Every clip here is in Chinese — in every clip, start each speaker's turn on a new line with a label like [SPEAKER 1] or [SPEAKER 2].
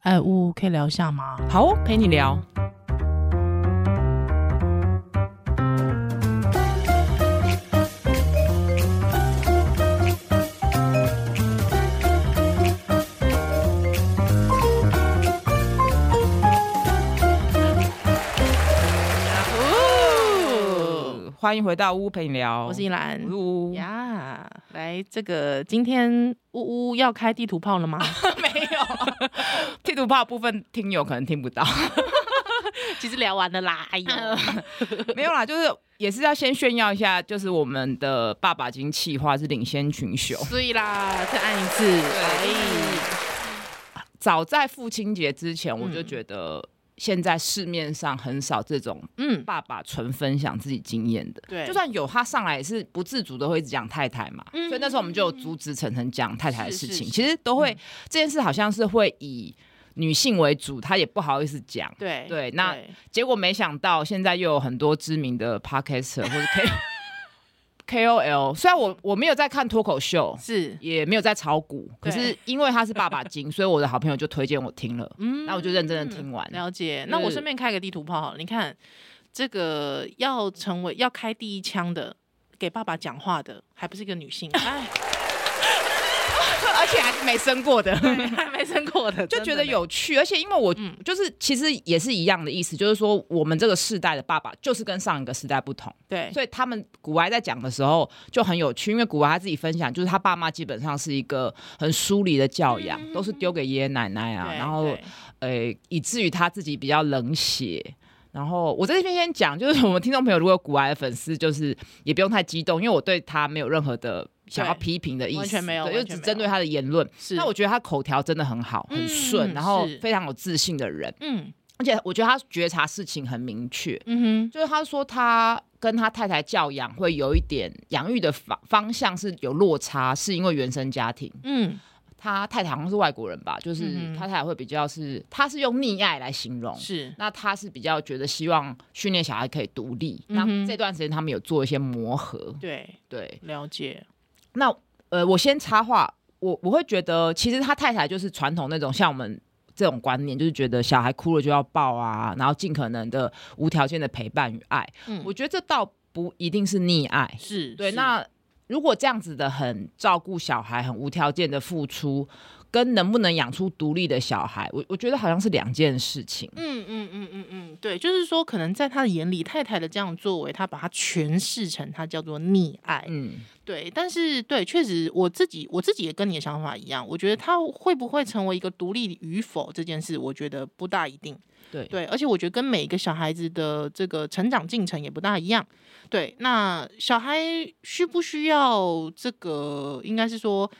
[SPEAKER 1] 哎，呜，可以聊一下吗？
[SPEAKER 2] 好哦，陪你聊。哦欢迎回到屋陪你聊，
[SPEAKER 1] 我是依兰。
[SPEAKER 2] 屋。
[SPEAKER 1] 呀来这个今天呜呜要开地图炮了吗？
[SPEAKER 2] 没有 地图炮部分听友可能听不到，
[SPEAKER 1] 其实聊完了啦，哎呦，
[SPEAKER 2] 没有啦，就是也是要先炫耀一下，就是我们的爸爸经企划是领先群雄，
[SPEAKER 1] 所以啦，再按一次，哎，
[SPEAKER 2] 早在父亲节之前，我
[SPEAKER 1] 嗯
[SPEAKER 2] 就觉得现在市面上很少这种
[SPEAKER 1] 嗯，
[SPEAKER 2] 爸爸纯分享自己经验的。
[SPEAKER 1] 对
[SPEAKER 2] 就算有他上来也是不自主的会一直讲太太嘛，
[SPEAKER 1] 嗯
[SPEAKER 2] 所以那时候我们就有阻止晨晨讲太太的事
[SPEAKER 1] 是嗯是
[SPEAKER 2] 情。
[SPEAKER 1] 是
[SPEAKER 2] 其实都会、这件事好像是会以女性为主，他也不好意思讲。
[SPEAKER 1] 对
[SPEAKER 2] 对那结果没想到现在又有很多知名的 podcaster 或者 K KOL，虽然我我没有在看脱口秀，
[SPEAKER 1] 是
[SPEAKER 2] 也没有在炒股，可
[SPEAKER 1] 对
[SPEAKER 2] 是因为他是爸爸 经，所以我的好朋友就推荐我听了，
[SPEAKER 1] 嗯
[SPEAKER 2] 那我就认真的听完。
[SPEAKER 1] 了解。那我
[SPEAKER 2] 就是
[SPEAKER 1] 顺便开个地图炮好了，你看这个要成为要开第一枪的，给爸爸讲话的，还不是一个女性， 哎，
[SPEAKER 2] 而且还是没生过的。
[SPEAKER 1] 对还没生过 的，
[SPEAKER 2] 就
[SPEAKER 1] 真
[SPEAKER 2] 觉
[SPEAKER 1] 的呢
[SPEAKER 2] 得有趣，而且因为我
[SPEAKER 1] 嗯
[SPEAKER 2] 就是其实也是一样的意思，就是说我们这个世代的爸爸就是跟上一个世代不同，
[SPEAKER 1] 对，
[SPEAKER 2] 所以他们古埃在讲的时候就很有趣，因为古埃他自己分享，就是他爸妈基本上是一个很疏离的教养，
[SPEAKER 1] 嗯
[SPEAKER 2] 都是丢给爷爷奶奶啊，
[SPEAKER 1] 对
[SPEAKER 2] 然后
[SPEAKER 1] 对
[SPEAKER 2] 呃，以至于他自己比较冷血。然后我在这边先讲，就是我们听众朋友如果有古埃的粉丝，就是也不用太激动，因为我对他没有任何的想要
[SPEAKER 1] 对
[SPEAKER 2] 批评的意思，
[SPEAKER 1] 完全没有
[SPEAKER 2] 对
[SPEAKER 1] 完
[SPEAKER 2] 就
[SPEAKER 1] 全
[SPEAKER 2] 只
[SPEAKER 1] 没有
[SPEAKER 2] 针对他的言论。
[SPEAKER 1] 是
[SPEAKER 2] 那我觉得他口条真的很好，
[SPEAKER 1] 嗯
[SPEAKER 2] 很顺，
[SPEAKER 1] 嗯
[SPEAKER 2] 然后
[SPEAKER 1] 是
[SPEAKER 2] 非常有自信的人，
[SPEAKER 1] 嗯
[SPEAKER 2] 而且我觉得他觉察事情很明确。
[SPEAKER 1] 嗯哼，
[SPEAKER 2] 就是他说他跟他太太教养会有一点养育的方方向是有落差，是因为原生家庭，
[SPEAKER 1] 嗯
[SPEAKER 2] 他太太好像是外国人吧，就是
[SPEAKER 1] 嗯哼
[SPEAKER 2] 他太太会比较是，他是用溺爱来形容。
[SPEAKER 1] 是
[SPEAKER 2] 那他是比较觉得希望训练小孩可以独立，
[SPEAKER 1] 嗯哼
[SPEAKER 2] 那这段时间他们有做一些磨合，
[SPEAKER 1] 对
[SPEAKER 2] 对，
[SPEAKER 1] 了解，
[SPEAKER 2] 那呃，我先插话，我我会觉得，其实他太太就是传统那种像我们这种观念，就是觉得小孩哭了就要抱啊，然后尽可能的无条件的陪伴与爱。
[SPEAKER 1] 嗯
[SPEAKER 2] 我觉得这倒不一定是溺爱，
[SPEAKER 1] 是
[SPEAKER 2] 对。
[SPEAKER 1] 是
[SPEAKER 2] 那如果这样子的很照顾小孩，很无条件的付出，跟能不能养出独立的小孩，我我觉得好像是两件事情。
[SPEAKER 1] 嗯嗯嗯嗯嗯，对，就是说，可能在他的眼里，太太的这样作为，他把它诠释成他叫做溺爱。
[SPEAKER 2] 嗯，
[SPEAKER 1] 对，但是对，确实我自己我自己也跟你的想法一样，我觉得他会不会成为一个独立与否这件事，我觉得不大一定。
[SPEAKER 2] 对
[SPEAKER 1] 对，而且我觉得跟每一个小孩子的这个成长进程也不大一样。对，那小孩需不需要这个，应该是说，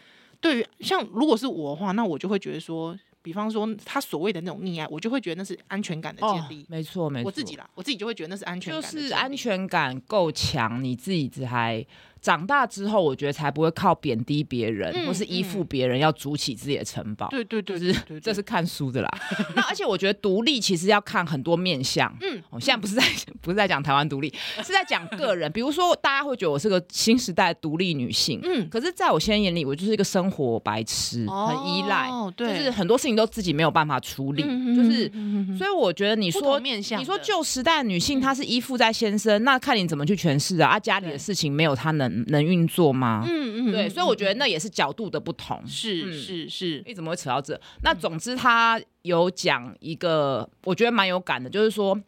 [SPEAKER 1] 对于像如果是我的话，那我就会觉得说，比方说他所谓的那种溺爱，我就会觉得那是安全感的
[SPEAKER 2] 哦
[SPEAKER 1] 建立。，
[SPEAKER 2] 没错没错，
[SPEAKER 1] 我自己啦，我自己就会觉得那是安全
[SPEAKER 2] 就
[SPEAKER 1] 感的建立，
[SPEAKER 2] 是安全感够强，你自己才长大之后，我觉得才不会靠贬低别人、
[SPEAKER 1] 嗯
[SPEAKER 2] 或是依附别人，要筑起自己的城堡。
[SPEAKER 1] 对。对对
[SPEAKER 2] 就
[SPEAKER 1] 对对
[SPEAKER 2] 是
[SPEAKER 1] 对，
[SPEAKER 2] 这是看书的啦。 那而且我觉得独立其实要看很多面相。
[SPEAKER 1] 嗯
[SPEAKER 2] 嗯，我现在不是在不是在讲台湾独立，是在讲个人。比如说，大家会觉得我是个新时代独立女性，
[SPEAKER 1] 嗯
[SPEAKER 2] 可是在我现在眼里，我就是一个生活白痴，很依赖，
[SPEAKER 1] 哦
[SPEAKER 2] 就
[SPEAKER 1] 对
[SPEAKER 2] 是很多事情都自己没有办法处理，
[SPEAKER 1] 嗯
[SPEAKER 2] 就是
[SPEAKER 1] 嗯嗯嗯嗯
[SPEAKER 2] 所以我觉得你
[SPEAKER 1] 不
[SPEAKER 2] 说
[SPEAKER 1] 同面向
[SPEAKER 2] 你说
[SPEAKER 1] 的嗯
[SPEAKER 2] 旧时代的女性她是依附在先生，那看你怎么去诠释啊？啊，家里
[SPEAKER 1] 对
[SPEAKER 2] 的事情没有她能能运作吗？
[SPEAKER 1] 嗯嗯，
[SPEAKER 2] 对，
[SPEAKER 1] 嗯
[SPEAKER 2] 所以我
[SPEAKER 1] 嗯
[SPEAKER 2] 觉得那也是角度的不同。
[SPEAKER 1] 是
[SPEAKER 2] 嗯
[SPEAKER 1] 是是，
[SPEAKER 2] 你怎么会扯到这？那总之，他有讲一个，我觉得蛮有感的，就是说。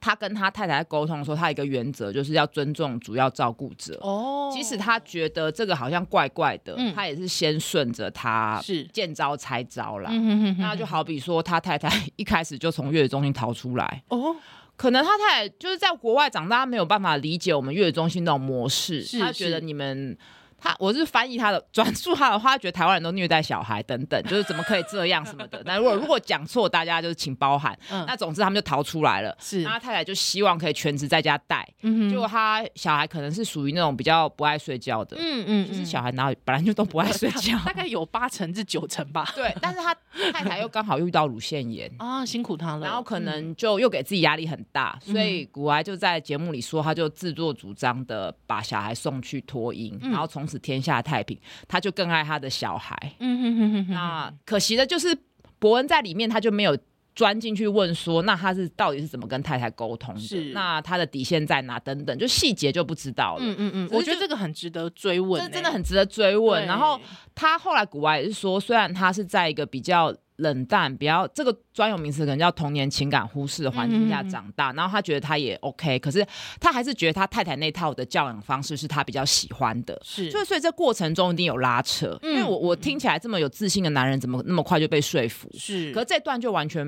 [SPEAKER 2] 他跟他太太在沟通的时候，他有一个原则就是要尊重主要照顾者，
[SPEAKER 1] 哦
[SPEAKER 2] 即使他觉得这个好像怪怪的，
[SPEAKER 1] 嗯
[SPEAKER 2] 他也是先顺着他
[SPEAKER 1] 是
[SPEAKER 2] 见招拆招啦。
[SPEAKER 1] 嗯哼哼哼
[SPEAKER 2] 那就好比说，他太 太一开始就从月子中心逃出来，
[SPEAKER 1] 哦，
[SPEAKER 2] 可能他太太就是在国外长大，他没有办法理解我们月子中心那种模式
[SPEAKER 1] 是，
[SPEAKER 2] 他觉得
[SPEAKER 1] 是
[SPEAKER 2] 你们。他我是翻译他的转述他的话，他觉得台湾人都虐待小孩等等，就是怎么可以这样什么 的。那如果如果讲错，大家就是请包涵。
[SPEAKER 1] 嗯
[SPEAKER 2] 那总之他们就逃出来了，
[SPEAKER 1] 是
[SPEAKER 2] 那他太太就希望可以全职在家带，
[SPEAKER 1] 嗯
[SPEAKER 2] 结果他小孩可能是属于那种比较不爱睡觉的，
[SPEAKER 1] 嗯嗯，
[SPEAKER 2] 就是
[SPEAKER 1] 嗯
[SPEAKER 2] 小孩哪有本来就都不爱睡
[SPEAKER 1] ，
[SPEAKER 2] 觉
[SPEAKER 1] 大概有八成至九成吧。
[SPEAKER 2] 对。但是他太太又刚好遇到乳腺炎，
[SPEAKER 1] 啊，辛苦他了。
[SPEAKER 2] 然后可
[SPEAKER 1] 嗯
[SPEAKER 2] 能就又给自己压力很大，所以古埃就在节目里说，他就自作主张的把小孩送去托婴，
[SPEAKER 1] 嗯
[SPEAKER 2] 然后从此天下太平，他就更爱他的小孩。
[SPEAKER 1] 嗯哼哼哼哼，
[SPEAKER 2] 那可惜的就是。伯恩在里面他就没有钻进去问说，那他是到底是怎么跟太太沟通
[SPEAKER 1] 是
[SPEAKER 2] 的？那他的底线在哪？等等，就细节就不知道了。
[SPEAKER 1] 嗯嗯嗯，
[SPEAKER 2] 只是
[SPEAKER 1] 我觉得
[SPEAKER 2] 就
[SPEAKER 1] 这个很值得追问、欸
[SPEAKER 2] 这真的很值得追问。
[SPEAKER 1] 对
[SPEAKER 2] 然后他后来古外也是说，虽然他是在一个比较冷淡、比较这个专有名词可能叫童年情感忽视的环境下
[SPEAKER 1] 嗯嗯嗯
[SPEAKER 2] 长大，然后他觉得他也 OK，可是他还是觉得他太太那套的教养方式是他比较喜欢的。
[SPEAKER 1] 是，
[SPEAKER 2] 就是所以这过程中一定有拉扯，
[SPEAKER 1] 嗯
[SPEAKER 2] 因为我我听起来这么有自信的男人，怎么那么快就被说服？
[SPEAKER 1] 是，
[SPEAKER 2] 可这段就完全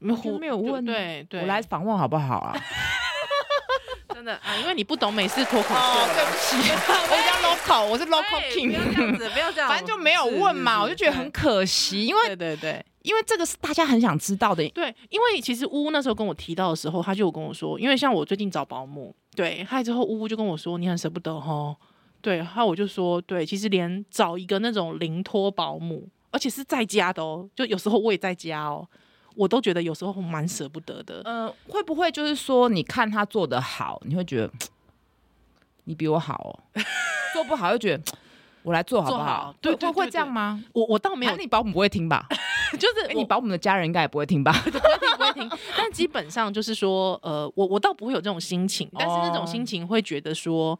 [SPEAKER 1] 没
[SPEAKER 2] 就没有问啊
[SPEAKER 1] 对对，
[SPEAKER 2] 我来访问好不好啊？
[SPEAKER 1] 真的啊，因为你不懂美式脱口秀
[SPEAKER 2] 哦对
[SPEAKER 1] 啦，
[SPEAKER 2] 不起，我叫 local，我是 local
[SPEAKER 1] 哎不要这
[SPEAKER 2] king。
[SPEAKER 1] 样子，不要这样，
[SPEAKER 2] 反正就没有问嘛，我
[SPEAKER 1] 是
[SPEAKER 2] 就是觉得很可惜，因为
[SPEAKER 1] 对对对
[SPEAKER 2] 因为这个是大家很想知道的。
[SPEAKER 1] 对，因为其实呜呜那时候跟我提到的时候，他就有跟我说，因为像我最近找保姆，对，害之后呜呜就跟我说你很舍不得哦，对，然后我就说对，其实连找一个那种零托保姆，而且是在家的哦，就有时候我也在家哦，我都觉得有时候蛮舍不得的，
[SPEAKER 2] 嗯、会不会就是说，你看他做的好，你会觉得你比我好哦； 做不好又觉得我来做好不
[SPEAKER 1] 做
[SPEAKER 2] 好
[SPEAKER 1] 好？对
[SPEAKER 2] 会
[SPEAKER 1] 对
[SPEAKER 2] 会会
[SPEAKER 1] 对
[SPEAKER 2] 这样吗？
[SPEAKER 1] 我我倒没有
[SPEAKER 2] 啊，你保姆不会 听吧？
[SPEAKER 1] 就是我
[SPEAKER 2] 哎你保姆的家人应该也不会听吧？
[SPEAKER 1] 不会听，但基本上就是说，呃，我我倒不会有这种心情，但是那种
[SPEAKER 2] 哦
[SPEAKER 1] 心情会觉得说，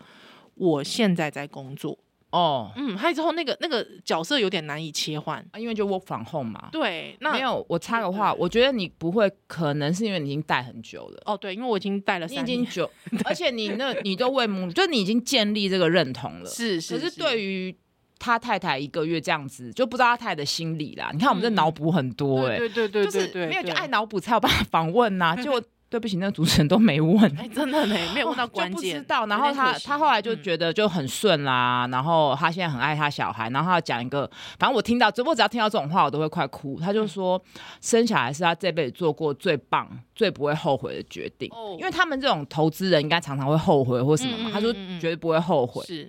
[SPEAKER 1] 我现在在工作，
[SPEAKER 2] 哦，
[SPEAKER 1] 嗯，还有之后那个那个角色有点难以切换，
[SPEAKER 2] 啊因为就 work from home 嘛。
[SPEAKER 1] 对，那
[SPEAKER 2] 没有，我插个话，我觉得你不会，可能是因为你已经带很久了。
[SPEAKER 1] 哦，对，因为我已经带了
[SPEAKER 2] 你已
[SPEAKER 1] 三
[SPEAKER 2] 经
[SPEAKER 1] 年，
[SPEAKER 2] 久，而且你那你都为母，就你已经建立这个认同了。
[SPEAKER 1] 是
[SPEAKER 2] 可
[SPEAKER 1] 是
[SPEAKER 2] 是对于他太太一个月这样子，就不知道他太太的心理啦。你看我们这
[SPEAKER 1] 嗯
[SPEAKER 2] 脑补很多哎、
[SPEAKER 1] 对对对对对
[SPEAKER 2] 就是
[SPEAKER 1] 对，
[SPEAKER 2] 没有就
[SPEAKER 1] 对
[SPEAKER 2] 爱脑补才有办法访 问呐、结果对不起，那个主持人都没问。
[SPEAKER 1] 哎，真的没没有问到关
[SPEAKER 2] 就不
[SPEAKER 1] 键，
[SPEAKER 2] 知道，然
[SPEAKER 1] 有
[SPEAKER 2] 后
[SPEAKER 1] 点
[SPEAKER 2] 他
[SPEAKER 1] 可惜
[SPEAKER 2] 他后来就
[SPEAKER 1] 嗯
[SPEAKER 2] 觉得就很顺啦，然后他现在很爱他小孩，然后他讲一个，反正我听到，只我只要听到这种话，我都会快哭。他
[SPEAKER 1] 嗯
[SPEAKER 2] 就说，生小孩是他这辈子做过最棒、最不会后悔的决定，
[SPEAKER 1] 哦
[SPEAKER 2] 因为他们这种投资人应该常常会后悔或什么嘛，
[SPEAKER 1] 嗯嗯
[SPEAKER 2] 他说
[SPEAKER 1] 嗯嗯嗯
[SPEAKER 2] 绝对不会后悔。
[SPEAKER 1] 是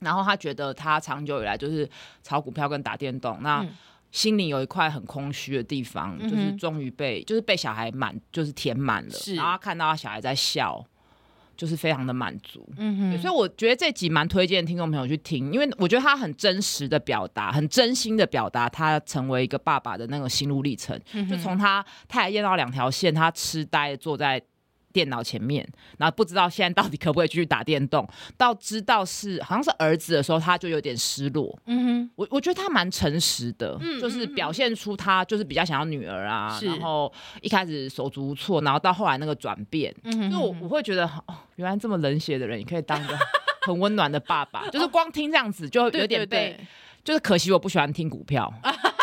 [SPEAKER 2] 然后他觉得他长久以来就是炒股票跟打电动，那
[SPEAKER 1] 嗯
[SPEAKER 2] 心里有一块很空虚的地方，
[SPEAKER 1] 嗯哼
[SPEAKER 2] 就是终于被就是被小孩满就是填满了，
[SPEAKER 1] 是
[SPEAKER 2] 然后他看到他小孩在笑，就是非常的满足。
[SPEAKER 1] 嗯
[SPEAKER 2] 对
[SPEAKER 1] 哼，
[SPEAKER 2] 所以我觉得这集蛮推荐听众朋友去听，因为我觉得他很真实的表达，很真心的表达他成为一个爸爸的那个心路历程。
[SPEAKER 1] 以
[SPEAKER 2] 就从他太太验到两条线，他痴呆地坐在电脑前面，然后不知道现在到底可不可以继续打电动，到知道是好像是儿子的时候，他就有点失落。
[SPEAKER 1] 嗯哼
[SPEAKER 2] 我我觉得他蛮诚实的，
[SPEAKER 1] 嗯
[SPEAKER 2] 就是
[SPEAKER 1] 嗯嗯
[SPEAKER 2] 表现出他就是比较想要女儿啊，
[SPEAKER 1] 是
[SPEAKER 2] 然后一开始手足无措，然后到后来那个转变，
[SPEAKER 1] 嗯哼，
[SPEAKER 2] 就我我会觉得哦，原来这么冷血的人也可以当一个很温暖的爸爸，就是光听这样子就
[SPEAKER 1] 对
[SPEAKER 2] 有点
[SPEAKER 1] 对
[SPEAKER 2] 被
[SPEAKER 1] 对
[SPEAKER 2] 就是可惜我不喜欢听 股票，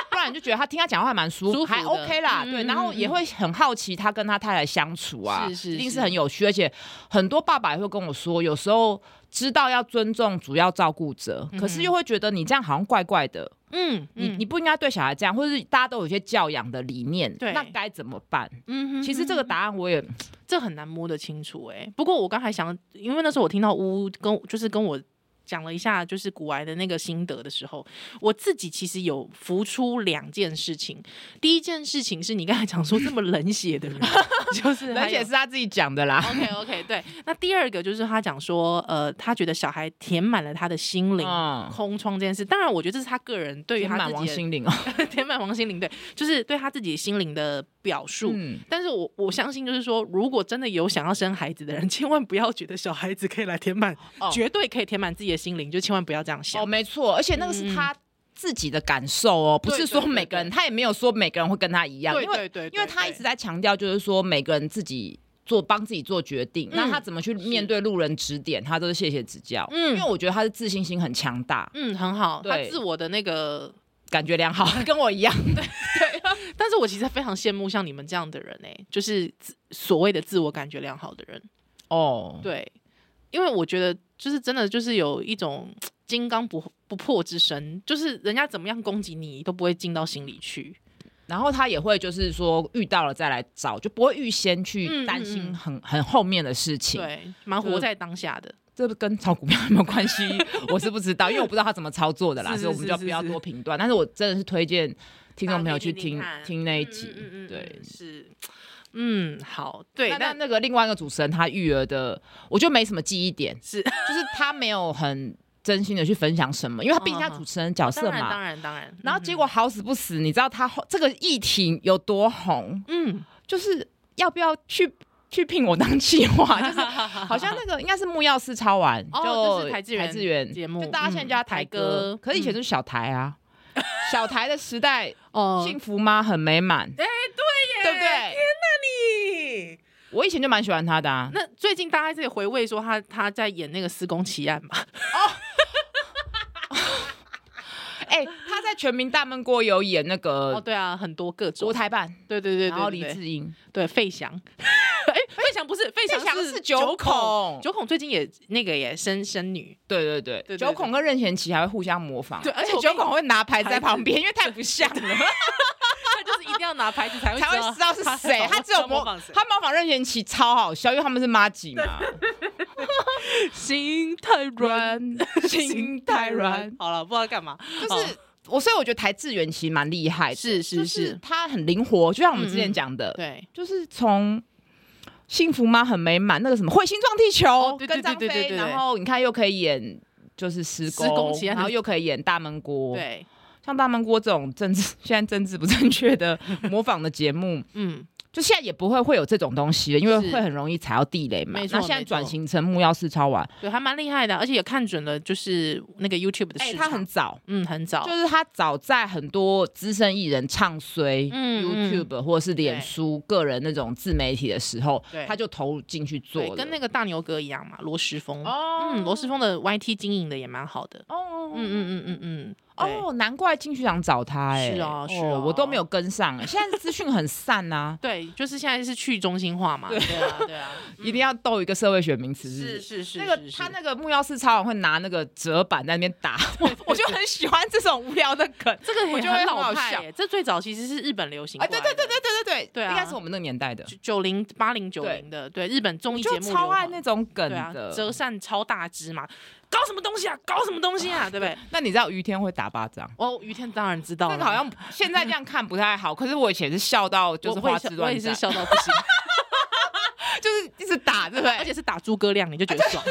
[SPEAKER 2] 不然就觉得他听他讲话还蛮舒
[SPEAKER 1] 舒服的
[SPEAKER 2] 还 OK 啦。
[SPEAKER 1] 嗯
[SPEAKER 2] 对，
[SPEAKER 1] 嗯
[SPEAKER 2] 然后也会很好奇他跟他太太相处啊，
[SPEAKER 1] 是是
[SPEAKER 2] 一定
[SPEAKER 1] 是
[SPEAKER 2] 是很有趣。而且很多爸爸也会跟我说，有时候知道要尊重主要照顾者，可是又会觉得你这样好像怪怪的，
[SPEAKER 1] 嗯
[SPEAKER 2] 你
[SPEAKER 1] 嗯
[SPEAKER 2] 你不应该对小孩这样，或者是大家都有一些教养的理念，
[SPEAKER 1] 对
[SPEAKER 2] 那该怎么办？
[SPEAKER 1] 嗯哼，
[SPEAKER 2] 其实这个答案我也
[SPEAKER 1] 这很难摸得清楚哎、不过我刚才想，因为那时候我听到呜呜跟我就是跟我讲了一下，就是古癌的那个心得的时候，我自己其实有浮出两件事情。第一件事情是你刚才讲说这么冷血的人， 就是
[SPEAKER 2] 而且是他自己讲的啦。
[SPEAKER 1] OK OK 对。那第二个就是他讲说，呃，他觉得小孩填满了他的心灵。
[SPEAKER 2] 嗯，
[SPEAKER 1] 空窗这件事，当然，我觉得这是他个人对于
[SPEAKER 2] 填
[SPEAKER 1] 他
[SPEAKER 2] 满
[SPEAKER 1] 自
[SPEAKER 2] 王
[SPEAKER 1] 己
[SPEAKER 2] 心凌哦，
[SPEAKER 1] 的填满王心凌，对，就是对他自己心灵的表述。
[SPEAKER 2] 嗯，
[SPEAKER 1] 但是我我相信，就是说，如果真的有想要生孩子的人， 千万不要觉得小孩子可以来填满，
[SPEAKER 2] 哦
[SPEAKER 1] 绝对可以填满自己的心灵，就千万不要这样想。嗯
[SPEAKER 2] 哦，没错，而且那个是他自己的感受哦，不
[SPEAKER 1] 对
[SPEAKER 2] 是说
[SPEAKER 1] 对对
[SPEAKER 2] 每个人，
[SPEAKER 1] 对
[SPEAKER 2] 他也没有说每个人会跟他一样，因为
[SPEAKER 1] 对
[SPEAKER 2] 因为他一直在强调，就是说每个人自己做帮自己做决定，那他怎么去面对路人指点，他都是谢谢指教。
[SPEAKER 1] 嗯
[SPEAKER 2] 因为我觉得他是自信心很强大，
[SPEAKER 1] 嗯很好，他
[SPEAKER 2] 对
[SPEAKER 1] 自我的那个，
[SPEAKER 2] 感觉良好， 跟我 一样。
[SPEAKER 1] 但是我其实非常羡慕像你们这样的人哎、就是自所谓的自我感觉良好的人，
[SPEAKER 2] 哦，
[SPEAKER 1] 对，因为我觉得就是真的就是有一种嘖金刚不不破之身，就是人家怎么样攻击你都不会进到心里去，
[SPEAKER 2] 然后他也会就是说遇到了再来找，就不会预先去
[SPEAKER 1] 嗯嗯
[SPEAKER 2] 担
[SPEAKER 1] 嗯
[SPEAKER 2] 心很很后面的事情。
[SPEAKER 1] 对，蛮
[SPEAKER 2] 就
[SPEAKER 1] 活在当下的。
[SPEAKER 2] 这跟炒股票有没有关系？我是不知道，因为我不知道他怎么操作的啦，
[SPEAKER 1] 是是
[SPEAKER 2] 所以我们
[SPEAKER 1] 是
[SPEAKER 2] 就是不要
[SPEAKER 1] 是
[SPEAKER 2] 多评断。但是我真的是推荐听众朋友去
[SPEAKER 1] 大
[SPEAKER 2] 听
[SPEAKER 1] 家可以听听看
[SPEAKER 2] 听那一集。
[SPEAKER 1] 嗯嗯嗯嗯
[SPEAKER 2] 对，
[SPEAKER 1] 是，嗯，好，对，
[SPEAKER 2] 那那
[SPEAKER 1] 但
[SPEAKER 2] 那个另外一个主持人他育儿的，我就没什么记忆点，
[SPEAKER 1] 是
[SPEAKER 2] 就是他没有很真心的去分享什么，因为他毕竟他
[SPEAKER 1] 嗯嗯
[SPEAKER 2] 主持人角
[SPEAKER 1] 当
[SPEAKER 2] 色
[SPEAKER 1] 然嗯
[SPEAKER 2] 嘛。
[SPEAKER 1] 当然当然。
[SPEAKER 2] 然后结果好死不死，你知道他后这个议题有多红，
[SPEAKER 1] 嗯，嗯，
[SPEAKER 2] 就是要不要去去聘我当企 划，就是好像那个应该是木曜四超完，
[SPEAKER 1] 哦就是台
[SPEAKER 2] 志
[SPEAKER 1] 志远
[SPEAKER 2] 远
[SPEAKER 1] 节目
[SPEAKER 2] 就大家现在叫他
[SPEAKER 1] 嗯
[SPEAKER 2] 台
[SPEAKER 1] 台
[SPEAKER 2] 哥
[SPEAKER 1] 哥，嗯
[SPEAKER 2] 可是以前就是小台啊。小台的时代，
[SPEAKER 1] 哦
[SPEAKER 2] 幸福吗？很美满，
[SPEAKER 1] 哎，对耶，
[SPEAKER 2] 对不对？
[SPEAKER 1] 对？
[SPEAKER 2] 我以前就蛮喜欢他的啊。
[SPEAKER 1] 那最近大家在回味说他他在演那个《施工奇案》嘛？
[SPEAKER 2] 哎，他在《全民大闷锅》有演那
[SPEAKER 1] 哦，
[SPEAKER 2] 个
[SPEAKER 1] 对啊，很多各种
[SPEAKER 2] 国，台办，
[SPEAKER 1] 对对对
[SPEAKER 2] 然后
[SPEAKER 1] 对
[SPEAKER 2] 李
[SPEAKER 1] 对对，
[SPEAKER 2] 智英，
[SPEAKER 1] 对费翔， 哎，费翔不是费
[SPEAKER 2] 费翔
[SPEAKER 1] 翔
[SPEAKER 2] 是九
[SPEAKER 1] 九
[SPEAKER 2] 孔
[SPEAKER 1] 九孔最近也那个也生生女，
[SPEAKER 2] 对对对，
[SPEAKER 1] 对对
[SPEAKER 2] 九孔跟任贤齐还会互相模仿，
[SPEAKER 1] 对而且我跟
[SPEAKER 2] 九
[SPEAKER 1] 你
[SPEAKER 2] 孔会拿牌子在旁边，因为太不像 了，
[SPEAKER 1] 他就是一定要拿牌子 才会
[SPEAKER 2] 才会知道是谁。他只有模
[SPEAKER 1] 仿
[SPEAKER 2] 他模仿任贤齐超好笑，因为他们是妈吉嘛。
[SPEAKER 1] 心太软，
[SPEAKER 2] 心太软。
[SPEAKER 1] 好了，不知道干嘛，哦
[SPEAKER 2] 就是我，所以我觉得台志远其实蛮厉害的，
[SPEAKER 1] 是是嗯
[SPEAKER 2] 就是他很灵活，就像我们之前讲的，
[SPEAKER 1] 对。
[SPEAKER 2] 就是从。幸福吗？很美满，那个什么彗星撞地球，
[SPEAKER 1] 哦对对
[SPEAKER 2] 跟张
[SPEAKER 1] 对对对
[SPEAKER 2] 飞，
[SPEAKER 1] 对对
[SPEAKER 2] 然后你看又可以演就是施工，
[SPEAKER 1] 施工其他
[SPEAKER 2] 然后又可以演大闷锅，，
[SPEAKER 1] 对，
[SPEAKER 2] 像大闷锅这种政治现在政治不正确的模仿的节目，
[SPEAKER 1] 嗯，
[SPEAKER 2] 就现在也不会会有这种东西了，因为
[SPEAKER 1] 是
[SPEAKER 2] 会很容易踩到地雷嘛。
[SPEAKER 1] 没错
[SPEAKER 2] 那现在
[SPEAKER 1] 没错
[SPEAKER 2] 转型成木曜四超完，
[SPEAKER 1] 对，还蛮厉害的，啊而且也看准了，就是那个 YouTube 的
[SPEAKER 2] 哎、
[SPEAKER 1] 市场，
[SPEAKER 2] 他很早，
[SPEAKER 1] 嗯很早，
[SPEAKER 2] 就是他早在很多资深艺人唱衰
[SPEAKER 1] 嗯
[SPEAKER 2] YouTube 或者是脸书个人那种自媒体的时候
[SPEAKER 1] 对，
[SPEAKER 2] 他就投入进去做
[SPEAKER 1] 对，
[SPEAKER 2] 了。
[SPEAKER 1] 跟那个大牛哥一样嘛，罗时峰，
[SPEAKER 2] 哦
[SPEAKER 1] 嗯，罗时峰的 YT 经营的也蛮好的，
[SPEAKER 2] 哦
[SPEAKER 1] 嗯
[SPEAKER 2] 嗯嗯
[SPEAKER 1] 嗯嗯嗯嗯，
[SPEAKER 2] 哦，难怪金曲奖找他哎、
[SPEAKER 1] 是啊是啊
[SPEAKER 2] 哦我都没有跟上、哎，现在资讯很散啊 呐、
[SPEAKER 1] 对，对，就是现在是去中心化嘛，对啊对啊，
[SPEAKER 2] 一定要斗一个社会学名词。
[SPEAKER 1] 是是是，
[SPEAKER 2] 那个
[SPEAKER 1] 是是
[SPEAKER 2] 他那个木曜四超人会拿那个折板在那边 打，我我就很喜欢这种无聊的梗。
[SPEAKER 1] 这个
[SPEAKER 2] 我
[SPEAKER 1] 也
[SPEAKER 2] 觉得
[SPEAKER 1] 很
[SPEAKER 2] 很好
[SPEAKER 1] 老派
[SPEAKER 2] 笑
[SPEAKER 1] 耶，这最早其实是日本流行
[SPEAKER 2] 哎，
[SPEAKER 1] 过
[SPEAKER 2] 对
[SPEAKER 1] 来的，
[SPEAKER 2] 对对对对对对，
[SPEAKER 1] 对啊
[SPEAKER 2] 应该是我们那个年代的，
[SPEAKER 1] 九零八零九零的，对日本综
[SPEAKER 2] 我
[SPEAKER 1] 艺
[SPEAKER 2] 就
[SPEAKER 1] 节目
[SPEAKER 2] 超
[SPEAKER 1] 流
[SPEAKER 2] 爱
[SPEAKER 1] 行
[SPEAKER 2] 那种梗
[SPEAKER 1] 对啊
[SPEAKER 2] 的。，
[SPEAKER 1] 折扇超大只嘛，搞什么东西啊，搞什么东西啊，对 不对？
[SPEAKER 2] 那你知道于天会打巴掌？
[SPEAKER 1] 哦，于天当然知道了，
[SPEAKER 2] 这个 好像现在这样看不太好，可是我以前是笑到就是
[SPEAKER 1] 我我
[SPEAKER 2] 花
[SPEAKER 1] 也
[SPEAKER 2] 枝
[SPEAKER 1] 是我
[SPEAKER 2] 乱
[SPEAKER 1] 也
[SPEAKER 2] 颤
[SPEAKER 1] 是，笑到不行，
[SPEAKER 2] 就是一直打，对 不
[SPEAKER 1] 而
[SPEAKER 2] 对？
[SPEAKER 1] 且是打诸葛亮，你就觉得爽。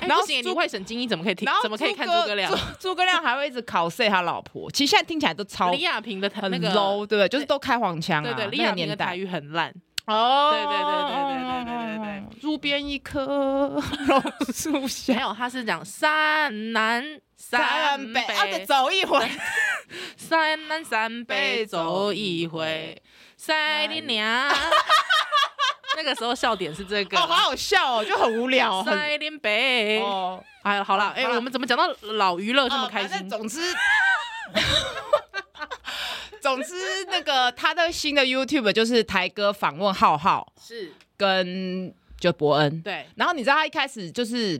[SPEAKER 1] 哎
[SPEAKER 2] 然后
[SPEAKER 1] 不行，
[SPEAKER 2] 诸
[SPEAKER 1] 你外省精英怎么可以听
[SPEAKER 2] 然后？
[SPEAKER 1] 怎么可以看诸葛亮？？
[SPEAKER 2] 诸葛亮还会一直 cos 他老婆，其实现在听起来都超
[SPEAKER 1] 李亚平的台
[SPEAKER 2] 很
[SPEAKER 1] 那个
[SPEAKER 2] low，对不对？就是都开黄腔啊，
[SPEAKER 1] 对对，李
[SPEAKER 2] 那
[SPEAKER 1] 亚
[SPEAKER 2] 个
[SPEAKER 1] 平的
[SPEAKER 2] 年
[SPEAKER 1] 台
[SPEAKER 2] 代
[SPEAKER 1] 语很烂，
[SPEAKER 2] 哦，
[SPEAKER 1] 对对对对对对对对
[SPEAKER 2] 对对，路边一棵榕树
[SPEAKER 1] 没
[SPEAKER 2] 下。
[SPEAKER 1] 有，他是讲山南
[SPEAKER 2] 三
[SPEAKER 1] 山
[SPEAKER 2] 北，
[SPEAKER 1] 北，
[SPEAKER 2] 啊，再走一回，
[SPEAKER 1] 山南山北走一回，塞你娘！ 那个时候笑点是这
[SPEAKER 2] 哦，
[SPEAKER 1] 个
[SPEAKER 2] 好
[SPEAKER 1] 啦，
[SPEAKER 2] 好笑哦，就很无聊，很
[SPEAKER 1] 塞林北。
[SPEAKER 2] 哦，
[SPEAKER 1] 哎呀，好了，哎，
[SPEAKER 2] 好啦
[SPEAKER 1] 我们怎么讲到老娱乐这么
[SPEAKER 2] 哦
[SPEAKER 1] 开
[SPEAKER 2] 反正
[SPEAKER 1] 心？
[SPEAKER 2] 总之，总之，那个他的新的 YouTube 就是台哥访问浩浩
[SPEAKER 1] 是，
[SPEAKER 2] 跟就伯恩。
[SPEAKER 1] 对，
[SPEAKER 2] 然后你知道他一开始就是。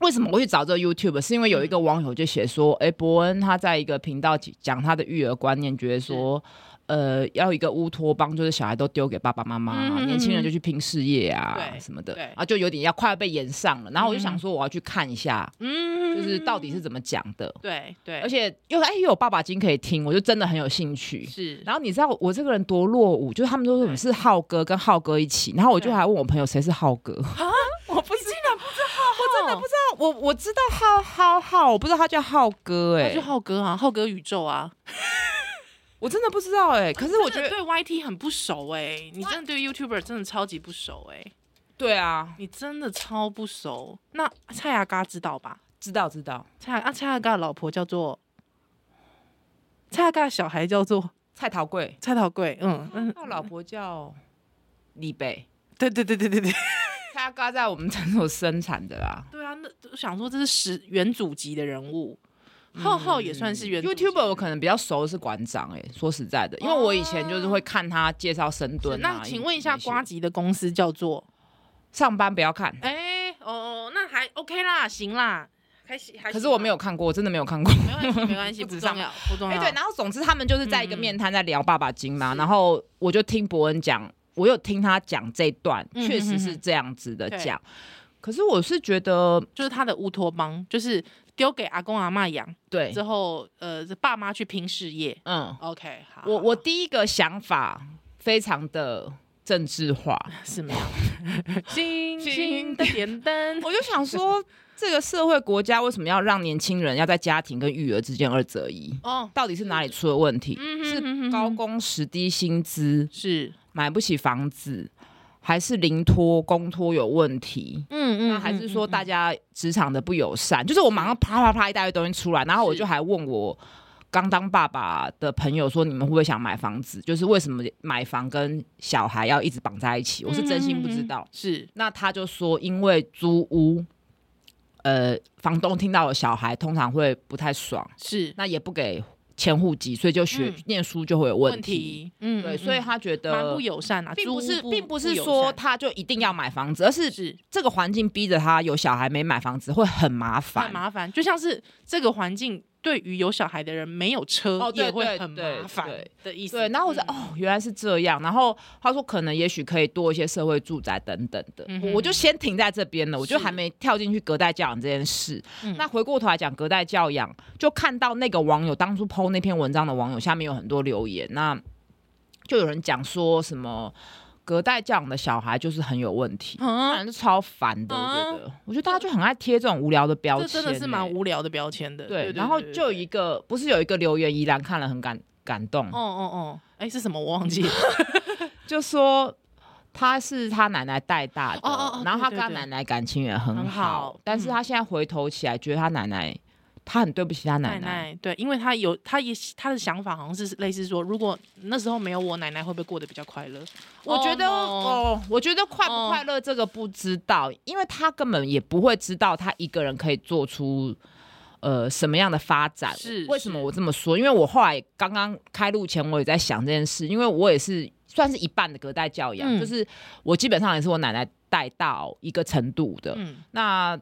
[SPEAKER 2] 为什么我会去找这个 YouTube？是因为有一个网友就写说，哎、伯恩他在一个频道讲他的育儿观念，觉得说，呃，要一个乌托邦，就是小孩都丢给爸爸妈妈、
[SPEAKER 1] 嗯哼
[SPEAKER 2] 年轻人就去拼事业啊
[SPEAKER 1] 对
[SPEAKER 2] 什么的
[SPEAKER 1] 对，
[SPEAKER 2] 啊，就有点要快要被延上了。然后我就想
[SPEAKER 1] 嗯
[SPEAKER 2] 说，我要去看一下，
[SPEAKER 1] 嗯
[SPEAKER 2] 就是到底是怎么讲的。
[SPEAKER 1] 对对，
[SPEAKER 2] 而
[SPEAKER 1] 且
[SPEAKER 2] 且又哎又有爸爸经可以听，我就真的很有兴趣。
[SPEAKER 1] 是，
[SPEAKER 2] 然后你知道我这个人多落伍，就是他们都说
[SPEAKER 1] 对
[SPEAKER 2] 你是浩哥跟浩哥一起，然后我就
[SPEAKER 1] 对啊
[SPEAKER 2] 还问我朋友谁是浩哥，
[SPEAKER 1] 我不竟然不知道，我真的不知
[SPEAKER 2] 我我知道浩浩浩，我不知道他叫浩哥哎、
[SPEAKER 1] 道，就浩哥啊，浩哥宇宙啊，
[SPEAKER 2] 我真的不知道哎、可是我觉
[SPEAKER 1] 哦真的
[SPEAKER 2] 得
[SPEAKER 1] 对 YT 很不熟哎，你真的对 YouTuber 真的超级不熟哎，
[SPEAKER 2] 对啊，
[SPEAKER 1] 你真的超不熟。那蔡雅嘎知道吧？
[SPEAKER 2] 知道知道，
[SPEAKER 1] 蔡啊，蔡阿嘎的老婆叫做蔡阿嘎，小孩叫做
[SPEAKER 2] 蔡桃贵，
[SPEAKER 1] 蔡桃贵。嗯嗯，
[SPEAKER 2] 他老婆叫李贝，
[SPEAKER 1] 对对对对对对。
[SPEAKER 2] 他刚在我们诊所生产的啦。
[SPEAKER 1] 对啊，那我想说这是始原祖级的人物，浩浩也算是原祖级
[SPEAKER 2] 嗯 YouTuber 我可能比较熟的是馆长哎、说实在的，因为我以前就是会看他介绍深
[SPEAKER 1] 哦是
[SPEAKER 2] 蹲、啊。
[SPEAKER 1] 那请问一下，
[SPEAKER 2] 些
[SPEAKER 1] 瓜吉的公司叫做？
[SPEAKER 2] 上班不要看，
[SPEAKER 1] 哎、哦哦，那还 OK 啦，行啦，还行。还行啦
[SPEAKER 2] 可是我没有，看过，我真的没有看过。
[SPEAKER 1] 没关系，没关系，
[SPEAKER 2] 不
[SPEAKER 1] 不
[SPEAKER 2] 止
[SPEAKER 1] 重要，不重
[SPEAKER 2] 哎、
[SPEAKER 1] 要。
[SPEAKER 2] 对，然后总之他们就是
[SPEAKER 1] 嗯
[SPEAKER 2] 在一个面摊在聊爸爸经嘛，然后我就听伯恩讲，我有听他讲这段，
[SPEAKER 1] 嗯
[SPEAKER 2] 确、实是这样子的讲。可是我是觉得，
[SPEAKER 1] 就是他的乌托邦，就是丢给阿公阿妈养
[SPEAKER 2] 对
[SPEAKER 1] 之，后，呃，爸妈去拼事业。
[SPEAKER 2] 嗯，
[SPEAKER 1] OK，好，
[SPEAKER 2] 我我第一个想法非常的 政治化，
[SPEAKER 1] 什么样？星星的点灯，
[SPEAKER 2] 我就想说，这个社会国家为什么要让年轻人要在家庭跟育儿之间二择一？
[SPEAKER 1] 哦，
[SPEAKER 2] 到底是哪里出了问题？
[SPEAKER 1] 嗯哼哼
[SPEAKER 2] 是
[SPEAKER 1] 哼
[SPEAKER 2] 高工时、低薪资，
[SPEAKER 1] 是，
[SPEAKER 2] 买不起房子，还是零托、公托有问题？
[SPEAKER 1] 嗯
[SPEAKER 2] 那还是说大家职场的不友善？就是我马上啪啪啪一大堆东西出来，然后我
[SPEAKER 1] 是
[SPEAKER 2] 就还问我刚当爸爸的朋友说，你们会不会想买房子？就是为什么买房跟小孩要一直绑在一起？我是真心不
[SPEAKER 1] 嗯
[SPEAKER 2] 知道。
[SPEAKER 1] 是
[SPEAKER 2] 那他就说，因为租屋，呃，房东听到有小孩，通常会不太爽，
[SPEAKER 1] 是
[SPEAKER 2] 那也不给迁户籍，所以就学、
[SPEAKER 1] 嗯
[SPEAKER 2] 念书就会有问题。
[SPEAKER 1] 题，嗯，
[SPEAKER 2] 对，
[SPEAKER 1] 嗯
[SPEAKER 2] 所以
[SPEAKER 1] 嗯
[SPEAKER 2] 他觉得
[SPEAKER 1] 蛮不友善啊，
[SPEAKER 2] 并
[SPEAKER 1] 租
[SPEAKER 2] 不是，
[SPEAKER 1] 不
[SPEAKER 2] 并不是
[SPEAKER 1] 友
[SPEAKER 2] 说
[SPEAKER 1] 善
[SPEAKER 2] 他就一定要买房子，而是
[SPEAKER 1] 是
[SPEAKER 2] 这个环境逼着他有小孩没买房子会很麻
[SPEAKER 1] 很
[SPEAKER 2] 烦。
[SPEAKER 1] 麻烦，就像是这个环境对于有小孩的人没有车
[SPEAKER 2] 哦对
[SPEAKER 1] 也会
[SPEAKER 2] 对
[SPEAKER 1] 很
[SPEAKER 2] 对
[SPEAKER 1] 麻烦
[SPEAKER 2] 对
[SPEAKER 1] 的意思。
[SPEAKER 2] 对，然后我说、
[SPEAKER 1] 嗯，
[SPEAKER 2] 哦，原来是这样。然后他说可能也许可以多一些社会住宅等等的，
[SPEAKER 1] 嗯
[SPEAKER 2] 我
[SPEAKER 1] 哼
[SPEAKER 2] 我就先停在这边了，我就是还没跳进去隔代教养这件事。
[SPEAKER 1] 嗯
[SPEAKER 2] 那回过头来讲隔代教养，就看到那个网友当初 PO 那篇文章的网友下面有很多留言，那就有人讲说什么隔代教养的小孩就是很有问题。当
[SPEAKER 1] 啊，
[SPEAKER 2] 然是超烦的，我觉
[SPEAKER 1] 啊
[SPEAKER 2] 得，我觉得大家就很爱贴这种无聊的标
[SPEAKER 1] 这
[SPEAKER 2] 签、
[SPEAKER 1] 真的是蛮
[SPEAKER 2] 欸
[SPEAKER 1] 无聊的标签的。对，，
[SPEAKER 2] 对然后
[SPEAKER 1] 对
[SPEAKER 2] 就有
[SPEAKER 1] 对
[SPEAKER 2] 一个不是有一个留言，依然看了很感感动，
[SPEAKER 1] 哦哦哦，哎，是什么？我忘记了。
[SPEAKER 2] 就说。他是他奶奶带大的，
[SPEAKER 1] 哦哦哦
[SPEAKER 2] 然后他
[SPEAKER 1] 对
[SPEAKER 2] 跟
[SPEAKER 1] 对
[SPEAKER 2] 他
[SPEAKER 1] 对
[SPEAKER 2] 奶奶感情也很好，
[SPEAKER 1] 很好嗯
[SPEAKER 2] 但是他现在回头起来，觉得他奶奶，他很对不起他奶
[SPEAKER 1] 奶奶，对，因为他有，他也他的想法好像是类似说，如果那时候没有我，奶奶会不会过得比较快乐？
[SPEAKER 2] 我觉得
[SPEAKER 1] Oh
[SPEAKER 2] 哦，我觉得快不
[SPEAKER 1] 嗯
[SPEAKER 2] 快乐这个不知道，因为他根本也不会知道他一个人可以做出呃什么样的发展。
[SPEAKER 1] 是
[SPEAKER 2] 为什么我这么说？因为我后来刚刚开录前，我也在想这件事，因为我也是算是一半的隔代教养，
[SPEAKER 1] 嗯
[SPEAKER 2] 就是我基本上也是我奶奶带到一个程度的。
[SPEAKER 1] 嗯，
[SPEAKER 2] 那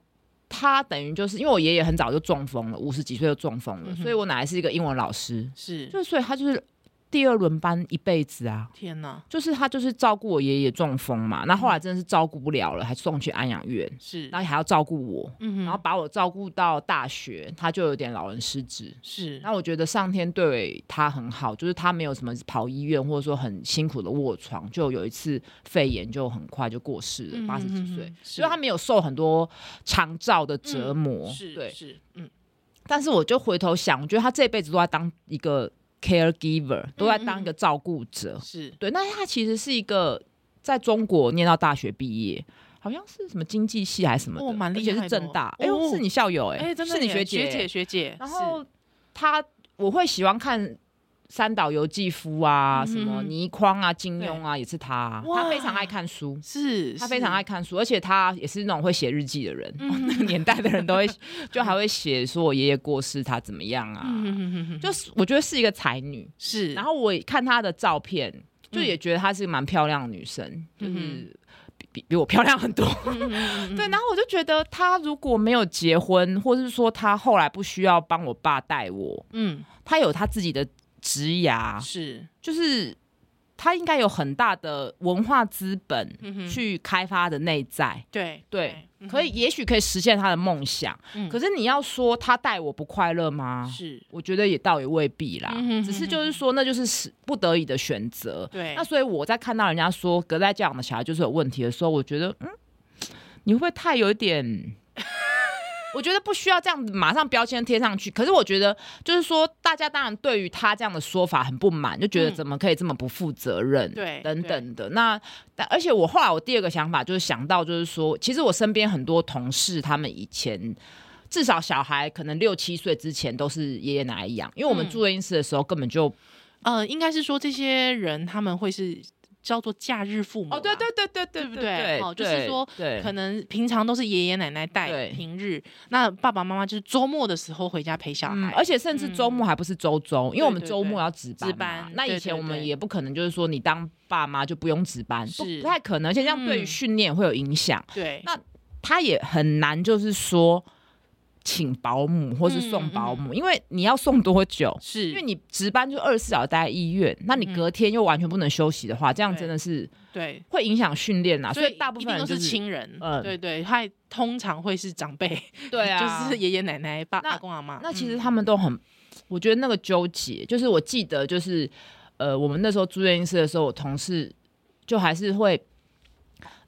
[SPEAKER 2] 他等于就是因为我爷爷很早就中风了，五十几岁就中风了，
[SPEAKER 1] 嗯哼
[SPEAKER 2] 所以我奶奶是一个英文老师，
[SPEAKER 1] 是，
[SPEAKER 2] 就所以他就是第二轮班一辈子啊。
[SPEAKER 1] 天哪，
[SPEAKER 2] 就是他就是照顾我爷爷中风嘛，那
[SPEAKER 1] 嗯
[SPEAKER 2] 后来真的是照顾不了了，还送去安养院，
[SPEAKER 1] 是，
[SPEAKER 2] 然后还要照顾我，
[SPEAKER 1] 嗯哼，
[SPEAKER 2] 然后把我照顾到大学，他就有点老人失智。
[SPEAKER 1] 是，
[SPEAKER 2] 那我觉得上天对他很好，就是他没有什么跑医院或者说很辛苦的卧床，就有一次肺炎就很快就过世了，
[SPEAKER 1] 嗯
[SPEAKER 2] 八十
[SPEAKER 1] 嗯
[SPEAKER 2] 几
[SPEAKER 1] 嗯
[SPEAKER 2] 岁
[SPEAKER 1] 嗯，
[SPEAKER 2] 所以他没有受很多长照的折磨。
[SPEAKER 1] 是，
[SPEAKER 2] 对，
[SPEAKER 1] 是，嗯，
[SPEAKER 2] 但是我就回头想，我觉得他这辈子都在当一个 caregiver，都在当一
[SPEAKER 1] 嗯
[SPEAKER 2] 个照顾者。
[SPEAKER 1] 是，
[SPEAKER 2] 对，那他其实是一个在中国念到大学毕业，好像是什么经济系还是什么的，
[SPEAKER 1] 哦蛮厉
[SPEAKER 2] 而且
[SPEAKER 1] 害的
[SPEAKER 2] 是正
[SPEAKER 1] 哦
[SPEAKER 2] 大，哎、
[SPEAKER 1] 哦
[SPEAKER 2] 呦，是你校友哎、
[SPEAKER 1] 哎，真的
[SPEAKER 2] 是你
[SPEAKER 1] 耶学
[SPEAKER 2] 学姐
[SPEAKER 1] 姐，学姐，
[SPEAKER 2] 然
[SPEAKER 1] 是
[SPEAKER 2] 后他我会喜欢看。三岛由纪夫啊，什
[SPEAKER 1] 嗯
[SPEAKER 2] 么
[SPEAKER 1] 哼
[SPEAKER 2] 倪匡啊、金庸啊，也是他啊、
[SPEAKER 1] 哇
[SPEAKER 2] 他非常爱看书，
[SPEAKER 1] 是，
[SPEAKER 2] 他非常
[SPEAKER 1] 是
[SPEAKER 2] 爱，看书，而且他也是那种会写日记的人。
[SPEAKER 1] 嗯
[SPEAKER 2] 那个年代的人都会， 就还会写说我爷爷过世，他怎么样啊？
[SPEAKER 1] 嗯哼哼哼哼
[SPEAKER 2] 就是我觉得是一个才女，
[SPEAKER 1] 是，
[SPEAKER 2] 然
[SPEAKER 1] 后
[SPEAKER 2] 后我也看她的照片，就也觉得她是蛮漂亮的女生，
[SPEAKER 1] 嗯
[SPEAKER 2] 就
[SPEAKER 1] 哼
[SPEAKER 2] 是比比比我漂亮很多。
[SPEAKER 1] 嗯
[SPEAKER 2] 对，然后我就觉得她如果没有结婚，或是说她后来不需要帮我爸带我，
[SPEAKER 1] 嗯，
[SPEAKER 2] 她有她自己的职涯，
[SPEAKER 1] 是，
[SPEAKER 2] 就是她应该有很大的文化资本
[SPEAKER 1] 嗯哼
[SPEAKER 2] 去开发的内在。
[SPEAKER 1] 对
[SPEAKER 2] 对，可以，，也许可以实现她的梦想。
[SPEAKER 1] 嗯
[SPEAKER 2] 可是你要说她带我不快乐吗？
[SPEAKER 1] 嗯是，
[SPEAKER 2] 我觉得也倒也未必啦，
[SPEAKER 1] 嗯哼
[SPEAKER 2] 只是就是说，那就是是不得已的选择。
[SPEAKER 1] 对，
[SPEAKER 2] 那所以我在看到人家说隔代教养的小孩就是有问题的时候，我觉得，嗯，你会不会太有一点？我觉得不需要这样子马上标签贴上去。可是我觉得，就是说，大家当然对于他这样的说法很不满，就觉得
[SPEAKER 1] 嗯
[SPEAKER 2] 怎么可以这么不负责任，
[SPEAKER 1] 对
[SPEAKER 2] 等等的。那但而且我后来我第二个想法就是想到，就是说，其实我身边很多同事，他们以前。至少小孩可能六七岁之前都是爷爷奶奶养，因为我们
[SPEAKER 1] 嗯
[SPEAKER 2] 住院医师的时候根本就、
[SPEAKER 1] 呃，应该是说这些人他们会是叫做假日父母啦，
[SPEAKER 2] 哦，对对对对对
[SPEAKER 1] 对不对哦就是
[SPEAKER 2] 对
[SPEAKER 1] 说
[SPEAKER 2] 对
[SPEAKER 1] 可能平常都是爷爷奶奶带，
[SPEAKER 2] 对
[SPEAKER 1] 平日那爸爸妈妈就是周末的时候回家陪小
[SPEAKER 2] 嗯
[SPEAKER 1] 孩，
[SPEAKER 2] 而且甚至周
[SPEAKER 1] 嗯
[SPEAKER 2] 末还不是周周，因为我们周末要值班嘛。
[SPEAKER 1] 值班
[SPEAKER 2] 那以
[SPEAKER 1] 对对
[SPEAKER 2] 前我们
[SPEAKER 1] 对
[SPEAKER 2] 也不可能就是说你当爸妈就不用值班，不
[SPEAKER 1] 是
[SPEAKER 2] 不太可能，而且这样对于
[SPEAKER 1] 嗯
[SPEAKER 2] 训练会有影响。
[SPEAKER 1] 对，
[SPEAKER 2] 那他也很难就是说请保姆或是送保姆，因为你要送多久？
[SPEAKER 1] 嗯是
[SPEAKER 2] 因为你值班就二十四小时待在医院，那你
[SPEAKER 1] 嗯
[SPEAKER 2] 隔天又完全不能休息的话，这样
[SPEAKER 1] 对
[SPEAKER 2] 真的是
[SPEAKER 1] 对，
[SPEAKER 2] 会影响训练啊啦。所以大部
[SPEAKER 1] 一
[SPEAKER 2] 分
[SPEAKER 1] 定
[SPEAKER 2] 人
[SPEAKER 1] 都
[SPEAKER 2] 就是
[SPEAKER 1] 亲人，
[SPEAKER 2] 嗯
[SPEAKER 1] 对对，还通常会是长辈，
[SPEAKER 2] 对啊，
[SPEAKER 1] 就是爷爷奶奶、爸
[SPEAKER 2] 那
[SPEAKER 1] 阿公阿妈，
[SPEAKER 2] 那
[SPEAKER 1] 嗯
[SPEAKER 2] 其实他们都很，我觉得那个纠结，就是我记得就是，呃，我们那时候住院医师的时候，我同事就还是会，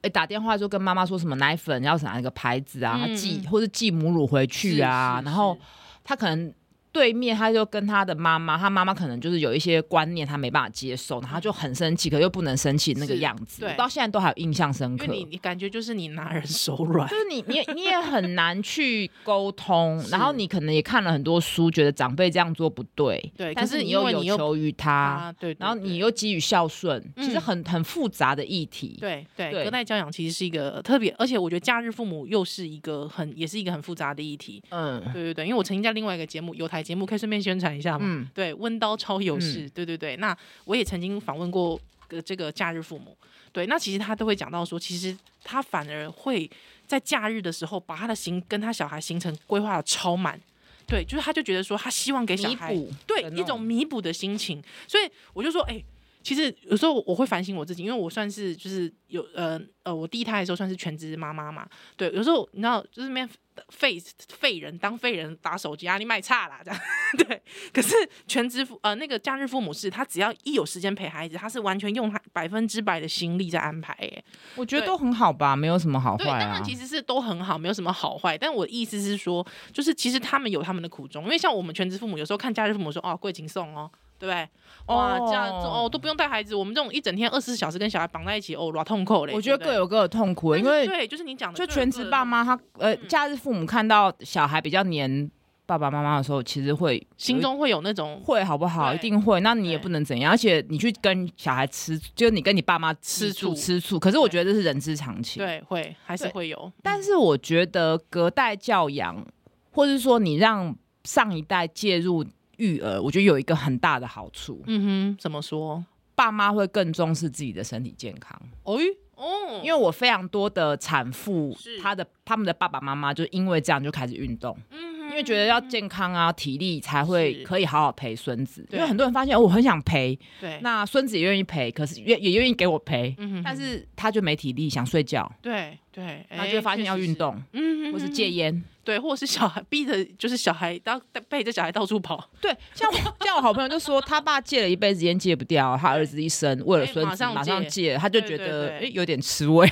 [SPEAKER 2] 诶打电话就跟妈妈说什么奶粉要是哪一个牌子啊，
[SPEAKER 1] 嗯
[SPEAKER 2] 寄
[SPEAKER 1] 嗯
[SPEAKER 2] 或者寄母乳回去啊，
[SPEAKER 1] 是是
[SPEAKER 2] 然后他可能。对面他就跟他的妈妈，他妈妈可能就是有一些观念他没办法接受，然后他就很生气，可又不能生气那个
[SPEAKER 1] 是
[SPEAKER 2] 样子，
[SPEAKER 1] 对
[SPEAKER 2] 我到现在都还有印象深
[SPEAKER 1] 因为
[SPEAKER 2] 刻。
[SPEAKER 1] 你你感觉就是你拿人手软，
[SPEAKER 2] 就，是你，你也你也很难去沟通 然后你可能也看了很多书，觉得长辈这样做不 对，
[SPEAKER 1] 对
[SPEAKER 2] 但
[SPEAKER 1] 可是
[SPEAKER 2] 你
[SPEAKER 1] 因为
[SPEAKER 2] 有
[SPEAKER 1] 你又
[SPEAKER 2] 求于他，
[SPEAKER 1] 啊，对，对
[SPEAKER 2] 然后
[SPEAKER 1] 对
[SPEAKER 2] 你又基于孝顺，
[SPEAKER 1] 嗯
[SPEAKER 2] 其实很很复杂的议题。，
[SPEAKER 1] 对对，
[SPEAKER 2] 对
[SPEAKER 1] 隔代教养其实是一个特别，而且我觉得假日父母又是一个很，也是一个很复杂的议题。
[SPEAKER 2] 嗯
[SPEAKER 1] 对对对，因为我曾经在另外一个节目，有台节目可以顺便宣传一下嘛。
[SPEAKER 2] 嗯，
[SPEAKER 1] 对，温刀超有事，对对对。那我也曾经访问过呃这个假日父母，对，那其实他都会讲到说，其实他反而会在假日的时候把他的行跟他小孩行程规划的超满，对，就是他就觉得说他希望给小
[SPEAKER 2] 弥
[SPEAKER 1] 孩
[SPEAKER 2] 补
[SPEAKER 1] 对
[SPEAKER 2] 的那
[SPEAKER 1] 一种弥补的心情，所以我就说，哎、其实有时候我会反省我自己，因为我算是就是有呃呃，我第一胎的时候算是全职妈妈嘛，对，有时候你知道就是那边废废人当废人打手机啊，你卖差啦这样， 对。可是全职父呃那个假日父母是，他只要一有时间陪孩子，他是完全用他百分之百的心力在安排、欸，
[SPEAKER 2] 我觉得
[SPEAKER 1] 对
[SPEAKER 2] 都很好吧，没有什么好
[SPEAKER 1] 对，
[SPEAKER 2] 坏
[SPEAKER 1] 当
[SPEAKER 2] 啊
[SPEAKER 1] 然。其实是都很好，没有什么好坏。但我的意思是说，就是其实他们有他们的苦衷，因为像我们全职父母，有时候看假日父母说哦，贵情送哦。对不对？哇，
[SPEAKER 2] 哦
[SPEAKER 1] 这样子哦，都不用带孩子，我们这种一整天二十四小时跟小孩绑在一起，哦，老痛苦嘞。
[SPEAKER 2] 我觉得
[SPEAKER 1] 对不
[SPEAKER 2] 各
[SPEAKER 1] 对
[SPEAKER 2] 有各的痛苦，欸因
[SPEAKER 1] 但
[SPEAKER 2] 为
[SPEAKER 1] 是对，就是你讲的，
[SPEAKER 2] 就
[SPEAKER 1] 各有
[SPEAKER 2] 全
[SPEAKER 1] 各
[SPEAKER 2] 职
[SPEAKER 1] 的
[SPEAKER 2] 爸妈他呃，
[SPEAKER 1] 嗯
[SPEAKER 2] 假日父母看到小孩比较黏爸爸妈妈的时候，其实会
[SPEAKER 1] 心中会有那种
[SPEAKER 2] 会好不好？
[SPEAKER 1] 对
[SPEAKER 2] 一定会。那你也
[SPEAKER 1] 对
[SPEAKER 2] 不能怎样，而且你去跟小孩吃，就是你跟你爸妈
[SPEAKER 1] 吃醋
[SPEAKER 2] 醋吃醋。可是我觉得这是人之常情。，
[SPEAKER 1] 对，会还是
[SPEAKER 2] 对
[SPEAKER 1] 会有，
[SPEAKER 2] 但是我觉得隔代教养，或是说你让上一代介入育儿，我觉得有一个很大的好处，
[SPEAKER 1] 嗯哼，怎么说？
[SPEAKER 2] 爸妈会更重视自己的身体健康。
[SPEAKER 1] 哦哦，
[SPEAKER 2] 因为我非常多的产妇
[SPEAKER 1] 是，
[SPEAKER 2] 她的他们的爸爸妈妈就因为这样就开始运动。
[SPEAKER 1] 因
[SPEAKER 2] 因为觉得要健康啊，体力才会
[SPEAKER 1] 嗯是
[SPEAKER 2] 可以好好陪孙子。
[SPEAKER 1] 对
[SPEAKER 2] 因为很多人发现，哦，我很想陪，
[SPEAKER 1] 对，
[SPEAKER 2] 那孙子也愿意陪，可是也也愿意给我陪，
[SPEAKER 1] 嗯哼
[SPEAKER 2] 但是他就没体力，想睡觉，
[SPEAKER 1] 对对，
[SPEAKER 2] 然后
[SPEAKER 1] 哎
[SPEAKER 2] 就会发现要运，动，
[SPEAKER 1] 确实是嗯，
[SPEAKER 2] 或是戒
[SPEAKER 1] 烟，
[SPEAKER 2] 烟。
[SPEAKER 1] 对，或者是小孩逼着，就是小孩到背着小孩到处跑，
[SPEAKER 2] 对，像我 像我好朋友就说，他爸戒了一辈子烟戒不掉，他儿子一生为了孙
[SPEAKER 1] 哎马
[SPEAKER 2] 子
[SPEAKER 1] 上
[SPEAKER 2] 马上
[SPEAKER 1] 戒
[SPEAKER 2] 戒，他就
[SPEAKER 1] 对
[SPEAKER 2] 觉
[SPEAKER 1] 对
[SPEAKER 2] 得
[SPEAKER 1] 对
[SPEAKER 2] 诶有点吃味。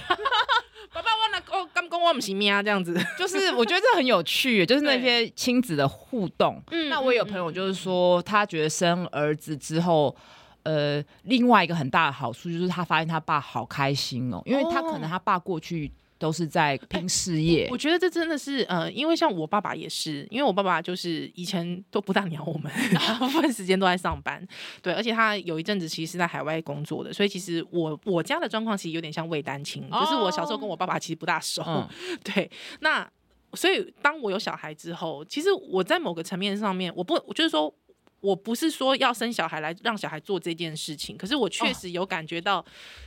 [SPEAKER 1] 爸爸忘了哦，刚刚我们行咩啊这样子，
[SPEAKER 2] 就是我觉得这很有趣，就是那些亲子的互动。
[SPEAKER 1] 嗯
[SPEAKER 2] 那我也有朋友就是说，他觉得生儿子之后。呃，另外一个很大的好处就是他发现他爸好开心哦，因为他
[SPEAKER 1] 哦
[SPEAKER 2] 可能他爸过去都是在拼事业，
[SPEAKER 1] 我觉得这真的是呃，因为像我爸爸也是，因为我爸爸就是以前都不大鸟我们， 大部分时间都在上班，对，而且他有一阵子其实是在海外工作的，所以其实我我家的状况其实有点像魏丹青，就是我小时候跟我爸爸其实不大熟，
[SPEAKER 2] 嗯，
[SPEAKER 1] 对，那所以当我有小孩之后，其实我在某个层面上面，我不，我就是说。我不是说要生小孩来让小孩做这件事情，可是我确
[SPEAKER 2] 哦
[SPEAKER 1] 实有感觉到，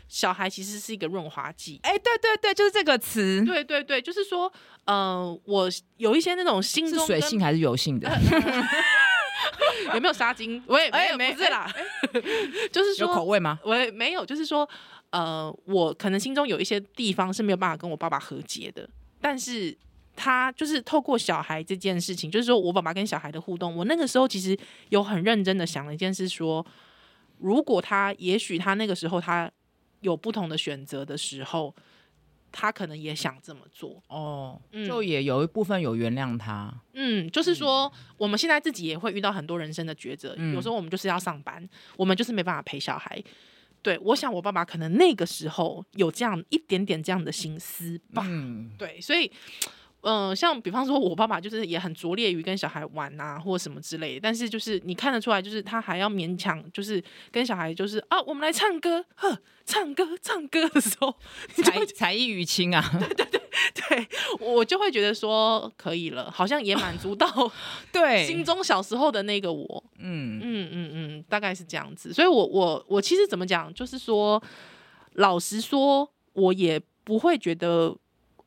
[SPEAKER 1] 小孩其实是一个润滑剂。
[SPEAKER 2] 哎、对对对，就是这个词
[SPEAKER 1] 对对对，就是说，呃，我有一些那种心
[SPEAKER 2] 是呃
[SPEAKER 1] 中
[SPEAKER 2] 水
[SPEAKER 1] 跟
[SPEAKER 2] 性还是油性的？
[SPEAKER 1] 有没有杀精？我也没
[SPEAKER 2] 哎
[SPEAKER 1] 有，
[SPEAKER 2] 没哎
[SPEAKER 1] 不是啦， 就是
[SPEAKER 2] 有
[SPEAKER 1] 说
[SPEAKER 2] 口味吗？
[SPEAKER 1] 我也没有，就是说，呃，我可能心中有一些地方是没有办法跟我爸爸和解的，但是他就是透过小孩这件事情，就是说我爸爸跟小孩的互动，我那个时候其实有很认真的想了一件事说如果他，也许他那个时候他有不同的选择的时候，他可能也想这么做，
[SPEAKER 2] 哦，
[SPEAKER 1] 嗯
[SPEAKER 2] 就也有一部分有原谅他，
[SPEAKER 1] 嗯，就是说，我们现在自己也会遇到很多人生的抉择，
[SPEAKER 2] 嗯
[SPEAKER 1] 有时候我们就是要上班，我们就是没办法陪小孩。对，我想我爸爸可能那个时候有这样一点点这样的心思吧。
[SPEAKER 2] 嗯，
[SPEAKER 1] 对，所以，嗯、像比方说我爸爸就是也很拙劣于跟小孩玩啊，或什么之类的，但是就是你看得出来，就是他还要勉强，就是跟小孩就是啊，我们来唱歌，呵，唱歌唱歌的时候，
[SPEAKER 2] 才才艺于亲啊，
[SPEAKER 1] 对我就会觉得说可以了，好像也满足到心
[SPEAKER 2] 对，
[SPEAKER 1] 中小时候的那个我。
[SPEAKER 2] 嗯，
[SPEAKER 1] 嗯嗯嗯，大概是这样子。所以我我我其实怎么讲，就是说，老实说，我也不会觉得。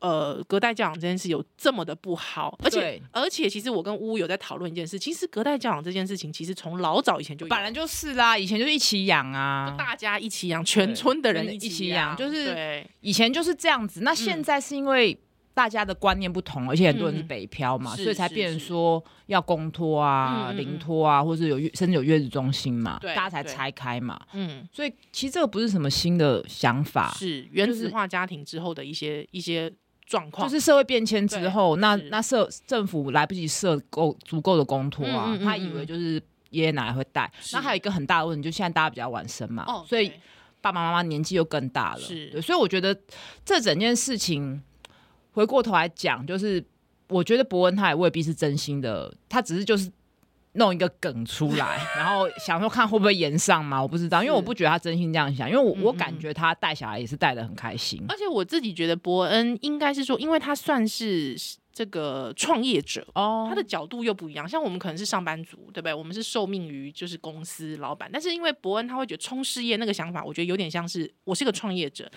[SPEAKER 1] 呃，隔代教养这件事有这么的不好，而且
[SPEAKER 2] 对
[SPEAKER 1] 而且，其实我跟乌有在讨论一件事，其实隔代教养这件事情，其实从老早以前就有
[SPEAKER 2] 本来就是啦，以前就是一起养啊，
[SPEAKER 1] 大家一起养，全村的人
[SPEAKER 2] 真的一
[SPEAKER 1] 起
[SPEAKER 2] 起
[SPEAKER 1] 养，
[SPEAKER 2] 养就是
[SPEAKER 1] 对
[SPEAKER 2] 嗯以前就是这样子，那现在是因为大家的观念不同，而且很多人是
[SPEAKER 1] 嗯
[SPEAKER 2] 北漂嘛，
[SPEAKER 1] 是
[SPEAKER 2] 所以才
[SPEAKER 1] 是
[SPEAKER 2] 变成
[SPEAKER 1] 是
[SPEAKER 2] 说要公托啊、
[SPEAKER 1] 嗯嗯
[SPEAKER 2] 零
[SPEAKER 1] 嗯
[SPEAKER 2] 托啊，或是有月甚至有月子中心嘛，
[SPEAKER 1] 对
[SPEAKER 2] 大家才
[SPEAKER 1] 对
[SPEAKER 2] 拆开嘛。
[SPEAKER 1] 嗯，啊
[SPEAKER 2] 所以其实这个不是什么新的想法，
[SPEAKER 1] 是原
[SPEAKER 2] 就是
[SPEAKER 1] 子化家庭之后的一些一些状况，
[SPEAKER 2] 就是社会变迁之后，那
[SPEAKER 1] 是
[SPEAKER 2] 那社政府来不及设够足够的公托啊，
[SPEAKER 1] 嗯嗯嗯
[SPEAKER 2] 他以为就是爷爷奶奶会带。
[SPEAKER 1] 是
[SPEAKER 2] 那还有一个很大的问题，就现在大家比较晚生嘛，
[SPEAKER 1] 哦，
[SPEAKER 2] 所以
[SPEAKER 1] 对
[SPEAKER 2] 爸爸妈妈年纪又更大了，
[SPEAKER 1] 是
[SPEAKER 2] 对所以我觉得这整件事情回过头来讲，就是我觉得伯恩他也未必是真心的，他只是就是。弄一个梗出来， 然后想说看会不会延上嘛？我不知道，因
[SPEAKER 1] 是
[SPEAKER 2] 为我不觉得他真心这样想，因为我
[SPEAKER 1] 嗯
[SPEAKER 2] 我
[SPEAKER 1] 嗯
[SPEAKER 2] 感
[SPEAKER 1] 嗯
[SPEAKER 2] 觉他带小孩也是带的很开心。
[SPEAKER 1] 而且我自己觉得伯恩应该是说，因为他算是这个创业者。
[SPEAKER 2] 哦
[SPEAKER 1] 呃他的角度又不一样，像我们可能是上班族，对不对？我们是受命于就是公司老板，但是因为伯恩他会觉得冲事业那个想法，我觉得有点像是我是个创业者，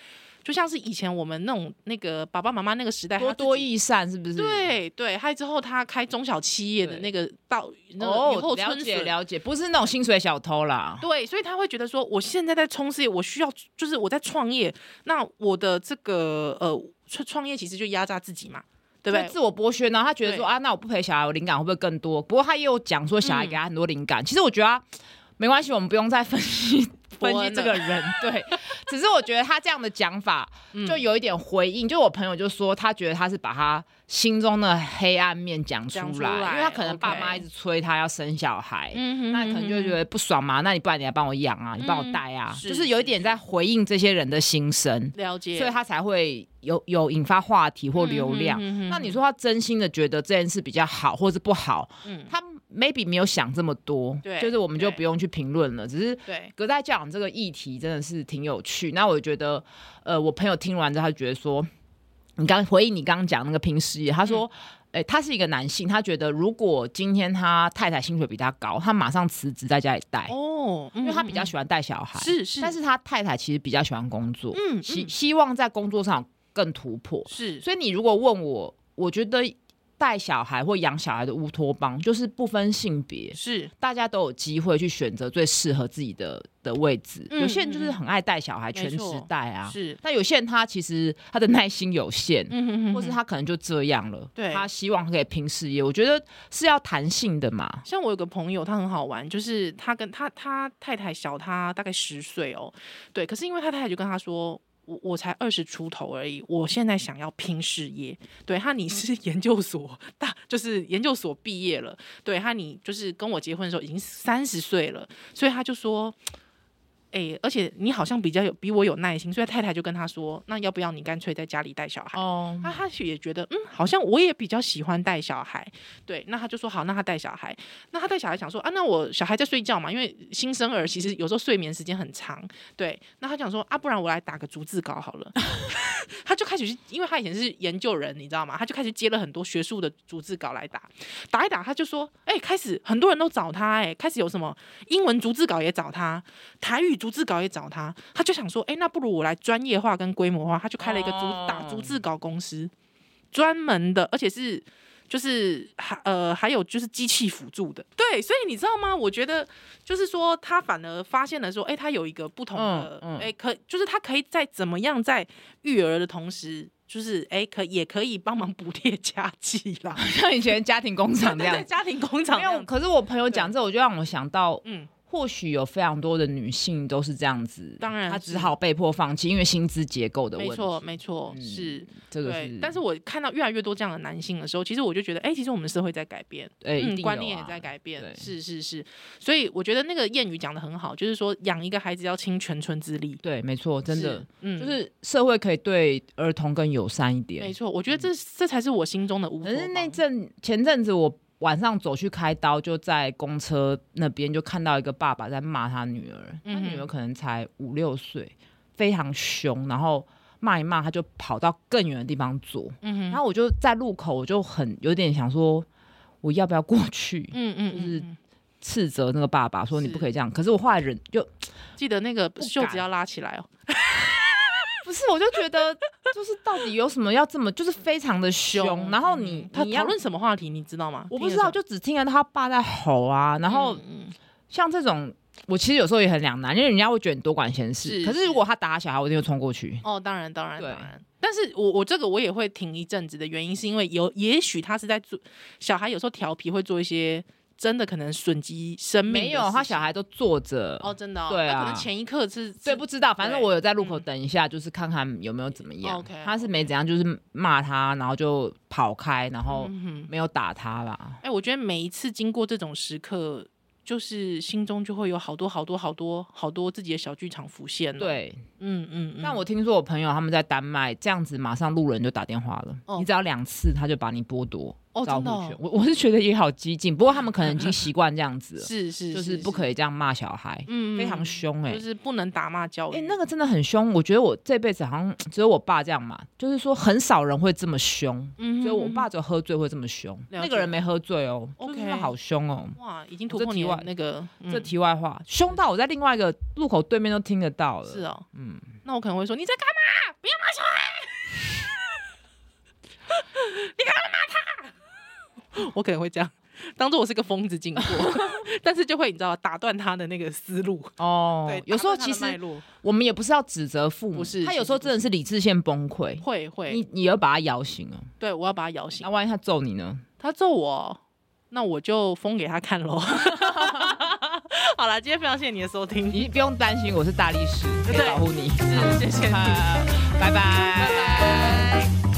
[SPEAKER 1] 就像是以前我们那种那个爸爸妈妈那个时代，
[SPEAKER 2] 多
[SPEAKER 1] 他自己
[SPEAKER 2] 多益善是不是？
[SPEAKER 1] 对对，还有之后他开中小企业的
[SPEAKER 2] 对
[SPEAKER 1] 那个到那个雨
[SPEAKER 2] 哦
[SPEAKER 1] 后，
[SPEAKER 2] 了
[SPEAKER 1] 春
[SPEAKER 2] 解
[SPEAKER 1] 笋，
[SPEAKER 2] 了解，不是那种薪水小偷啦。
[SPEAKER 1] 对，所以他会觉得说，我现在在冲事业，我需要就是我在创业，那我的这个呃创创业其实就压榨自己嘛，对不
[SPEAKER 2] 就
[SPEAKER 1] 对？
[SPEAKER 2] 自我剥削，然后他觉得
[SPEAKER 1] 对
[SPEAKER 2] 说啊，那我不陪小孩，我灵感会不会更多？不过他也有讲说，小孩
[SPEAKER 1] 嗯
[SPEAKER 2] 给他很多灵感。其实我觉得他没关系，我们不用再分 析分析这个人。对，只是我觉得他这样的讲法
[SPEAKER 1] 嗯
[SPEAKER 2] 就有一点回应。就我朋友就说，他觉得他是把他心中的黑暗面讲出来，
[SPEAKER 1] 讲出来
[SPEAKER 2] 因为他可能爸妈
[SPEAKER 1] OK
[SPEAKER 2] 一直催他要生小孩。
[SPEAKER 1] 嗯哼
[SPEAKER 2] 那你可能就会觉得不爽嘛，那你不然你来帮我养啊，你帮我带啊，
[SPEAKER 1] 嗯是
[SPEAKER 2] 就是有一点在回应这些人的心声。
[SPEAKER 1] 了解，
[SPEAKER 2] 所以他才会有有引发话题或流量。
[SPEAKER 1] 嗯哼
[SPEAKER 2] 那你，说他真心的觉得这件事比较好，或是不好，
[SPEAKER 1] 嗯哼嗯
[SPEAKER 2] 他 maybe 没有想这么多，
[SPEAKER 1] 对
[SPEAKER 2] 就是我们就
[SPEAKER 1] 对
[SPEAKER 2] 不用去评论了。只是
[SPEAKER 1] 对，
[SPEAKER 2] 隔代教养这个议题真的是挺有趣。那我觉得，呃，我朋友听完之后，他觉得说，你刚回应你刚刚讲那个拼事业，他说。诶他是一个男性，他觉得如果今天他太太薪水比他高，他马上辞职在家里带，
[SPEAKER 1] 哦，因
[SPEAKER 2] 因为他比较喜欢带小孩。
[SPEAKER 1] 是是，
[SPEAKER 2] 但是他太太其实比较喜欢工作，
[SPEAKER 1] 嗯
[SPEAKER 2] 希
[SPEAKER 1] 嗯
[SPEAKER 2] 希望在工作上有更突破。
[SPEAKER 1] 是
[SPEAKER 2] 所以你如果问我，我觉得带小孩或养小孩的乌托邦就是不分性别，
[SPEAKER 1] 是，
[SPEAKER 2] 大家都有机会去选择最适合自己的的位置。
[SPEAKER 1] 嗯
[SPEAKER 2] 有些人就是很爱带小
[SPEAKER 1] 嗯
[SPEAKER 2] 孩，
[SPEAKER 1] 嗯
[SPEAKER 2] 全
[SPEAKER 1] 没
[SPEAKER 2] 职
[SPEAKER 1] 错
[SPEAKER 2] 带啊。
[SPEAKER 1] 是，
[SPEAKER 2] 但有些人他其实他的耐心有限，
[SPEAKER 1] 嗯哼哼
[SPEAKER 2] 或是
[SPEAKER 1] 哼
[SPEAKER 2] 他可能就这样了。
[SPEAKER 1] 对
[SPEAKER 2] 他希望可以拼事业，我觉得是要弹性的嘛。
[SPEAKER 1] 像我有个朋友，他很好玩，就是他跟他他太太小他大概十岁哦，对，可是因为他太太就跟他说。我我才二十出头而已，我现在想要拼事业。对他，你是 研究所大，就是研究所毕业了。对他，你就是跟我结婚的时候已经三十岁了，所以他就说，哎、而且你好像比较有比我有耐心，所以太太就跟他说，那要不要你干脆在家里带小孩？
[SPEAKER 2] 哦，
[SPEAKER 1] 他他也觉得，嗯，好像我也比较喜欢带小孩，对，那他就说好，那他带小孩，那他带小孩想说啊，那我小孩在睡觉嘛，因为新生儿其实有时候睡眠时间很长，对，那他想说啊，不然我来打个逐字稿好了，他就开始去，因为他以前是研究人，你知道吗？他就开始接了很多学术的逐字稿来打，打一打，他就说，哎、开始很多人都找他、哎，开始有什么英文逐字稿也找他，台语逐字稿也找他，他就想说，哎、那不如我来专业化跟规模化，他就开了一个逐打
[SPEAKER 2] 哦
[SPEAKER 1] 逐字稿公司，专门的，而且是。就是还呃，还有就是机器辅助的，对，所以你知道吗？我觉得就是说，他反而发现了说，哎、他有一个不同的，哎、
[SPEAKER 2] 嗯嗯
[SPEAKER 1] 可就是他可以在怎么样在育儿的同时，就是哎、可也可以帮忙补贴家计啦，
[SPEAKER 2] 像以前家庭工 厂这样
[SPEAKER 1] 在家庭工厂
[SPEAKER 2] 没
[SPEAKER 1] 那
[SPEAKER 2] 有，
[SPEAKER 1] 样子，
[SPEAKER 2] 可是我朋友讲这，我就让我想到，
[SPEAKER 1] 嗯，
[SPEAKER 2] 或许有非常多的女性都是这样子，
[SPEAKER 1] 当然
[SPEAKER 2] 她
[SPEAKER 1] 是
[SPEAKER 2] 只好被迫放弃，因为薪资结构的问
[SPEAKER 1] 没
[SPEAKER 2] 题。
[SPEAKER 1] 错，没错，
[SPEAKER 2] 嗯
[SPEAKER 1] 是
[SPEAKER 2] 这个
[SPEAKER 1] 对
[SPEAKER 2] 是。，
[SPEAKER 1] 但是我看到越来越多这样的男性的时候，其实我就觉得，哎、其实我们社会在改变，
[SPEAKER 2] 哎、一
[SPEAKER 1] 嗯，
[SPEAKER 2] 定有啊
[SPEAKER 1] 观念也在。改
[SPEAKER 2] 对
[SPEAKER 1] 变，是是是，所以我觉得那个谚语讲的很好，就是说养一个孩子要倾全村之力，
[SPEAKER 2] 对，没错，真的
[SPEAKER 1] 是，，嗯，
[SPEAKER 2] 就是社会可以对儿童更友善一点
[SPEAKER 1] 没。错，我觉得这、这才是我心中的乌
[SPEAKER 2] 嗯可
[SPEAKER 1] 托
[SPEAKER 2] 是那
[SPEAKER 1] 邦
[SPEAKER 2] 阵前阵子我。晚上走去开刀，就在公车那边就看到一个爸爸在骂他女儿，
[SPEAKER 1] 嗯
[SPEAKER 2] 他
[SPEAKER 1] 哼
[SPEAKER 2] 女儿可能才五六岁，非常凶，然后骂一骂，他就跑到更远的地方坐，
[SPEAKER 1] 嗯哼
[SPEAKER 2] 然后我就在路口，我就很有点想说，我要不要过去
[SPEAKER 1] 嗯嗯，
[SPEAKER 2] 就是
[SPEAKER 1] 嗯
[SPEAKER 2] 斥责那个爸爸，说你
[SPEAKER 1] 是
[SPEAKER 2] 不可以这样。可是我后来忍，就
[SPEAKER 1] 嗯记得那个袖
[SPEAKER 2] 敢
[SPEAKER 1] 子要拉起来哦。
[SPEAKER 2] 不是，我就觉得就是到底有什么要这么，就是非常的凶。然后你
[SPEAKER 1] 嗯他
[SPEAKER 2] 你
[SPEAKER 1] 讨
[SPEAKER 2] 要
[SPEAKER 1] 论什么话题，你知道吗？
[SPEAKER 2] 我不知道，
[SPEAKER 1] 听得
[SPEAKER 2] 就只听得到他爸在吼啊。然
[SPEAKER 1] 出来
[SPEAKER 2] 后
[SPEAKER 1] 嗯嗯
[SPEAKER 2] 像这种我其实有时候也很两难，因为人家会觉得你多管闲事。
[SPEAKER 1] 是
[SPEAKER 2] 可是如果他打小孩，我一定会冲过去。
[SPEAKER 1] 哦，当然，当然，
[SPEAKER 2] 对
[SPEAKER 1] 当然。但是我我这个我也会停一阵子的原因，是因为有也许他是在做小孩有时候调皮会做一些真的可能损及生命的
[SPEAKER 2] 没有，他
[SPEAKER 1] 事情
[SPEAKER 2] 小孩都坐着。
[SPEAKER 1] 哦，真的、哦，
[SPEAKER 2] 对
[SPEAKER 1] 那可
[SPEAKER 2] 啊
[SPEAKER 1] 能前一刻是
[SPEAKER 2] 对，
[SPEAKER 1] 是
[SPEAKER 2] 不知道，反正
[SPEAKER 1] 对嗯
[SPEAKER 2] 我有在路口等一下，就是看看有没有怎么样。
[SPEAKER 1] OK，
[SPEAKER 2] 他是没怎样，就是骂他，然后就跑开，然后
[SPEAKER 1] 嗯哼
[SPEAKER 2] 没有打他啦。
[SPEAKER 1] 哎、我觉得每一次经过这种时刻，就是心中就会有好多好多好多好多自己的小剧场浮现了。，
[SPEAKER 2] 对，
[SPEAKER 1] 嗯嗯嗯。
[SPEAKER 2] 但我听说我朋友他们在丹麦这样子，马上路人就打电话了，
[SPEAKER 1] 哦
[SPEAKER 2] 你只要两次他就把你剥夺
[SPEAKER 1] 哦
[SPEAKER 2] 照
[SPEAKER 1] 真的
[SPEAKER 2] 顾
[SPEAKER 1] 哦
[SPEAKER 2] 权。我我是觉得也好激进，不过他们可能已经习惯这样子了，
[SPEAKER 1] 是是
[SPEAKER 2] 就是不
[SPEAKER 1] 以，
[SPEAKER 2] 可以这样骂小孩，
[SPEAKER 1] 嗯
[SPEAKER 2] 非常
[SPEAKER 1] 嗯
[SPEAKER 2] 凶哎、欸
[SPEAKER 1] 就是不能打骂教育。
[SPEAKER 2] 哎、那个真的很凶，我觉得我这辈子好像只有我爸这样嘛，就是说很少人会这么凶，
[SPEAKER 1] 嗯哼
[SPEAKER 2] 只有我爸只有喝醉会这么凶，
[SPEAKER 1] 了
[SPEAKER 2] 那
[SPEAKER 1] 解
[SPEAKER 2] 个人没喝醉哦，就
[SPEAKER 1] OK
[SPEAKER 2] 是好凶哦。
[SPEAKER 1] 哇，已经突
[SPEAKER 2] 这
[SPEAKER 1] 破
[SPEAKER 2] 题
[SPEAKER 1] 你
[SPEAKER 2] 外
[SPEAKER 1] 的那个、嗯、
[SPEAKER 2] 这题外话，凶到我在另外一个路口对面都听得到了。
[SPEAKER 1] 是哦，
[SPEAKER 2] 嗯，
[SPEAKER 1] 那我可能会说你在干嘛？不要骂小 孩！你干嘛骂他？我 可能会这样，当做我是个疯子经过， 但是就会你知道打断他的那个思路。
[SPEAKER 2] 哦
[SPEAKER 1] 对，，
[SPEAKER 2] 有时候
[SPEAKER 1] 打断他
[SPEAKER 2] 其
[SPEAKER 1] 的
[SPEAKER 2] 实
[SPEAKER 1] 脉络
[SPEAKER 2] 我们也不是要指责父母，
[SPEAKER 1] 不是
[SPEAKER 2] 他
[SPEAKER 1] 是
[SPEAKER 2] 有时候
[SPEAKER 1] 是
[SPEAKER 2] 真的是理智线崩溃，
[SPEAKER 1] 会会
[SPEAKER 2] 你，你要把他摇醒哦。
[SPEAKER 1] 对我要把他摇醒
[SPEAKER 2] 那。万一他揍你呢？
[SPEAKER 1] 他揍我，那我就封给他看喽。 好啦，今天非常谢谢你的收听，
[SPEAKER 2] 你不用担心， 我是大力士，可以
[SPEAKER 1] 对
[SPEAKER 2] 保护你。
[SPEAKER 1] 是谢谢你，
[SPEAKER 2] 啊拜拜
[SPEAKER 1] 拜拜。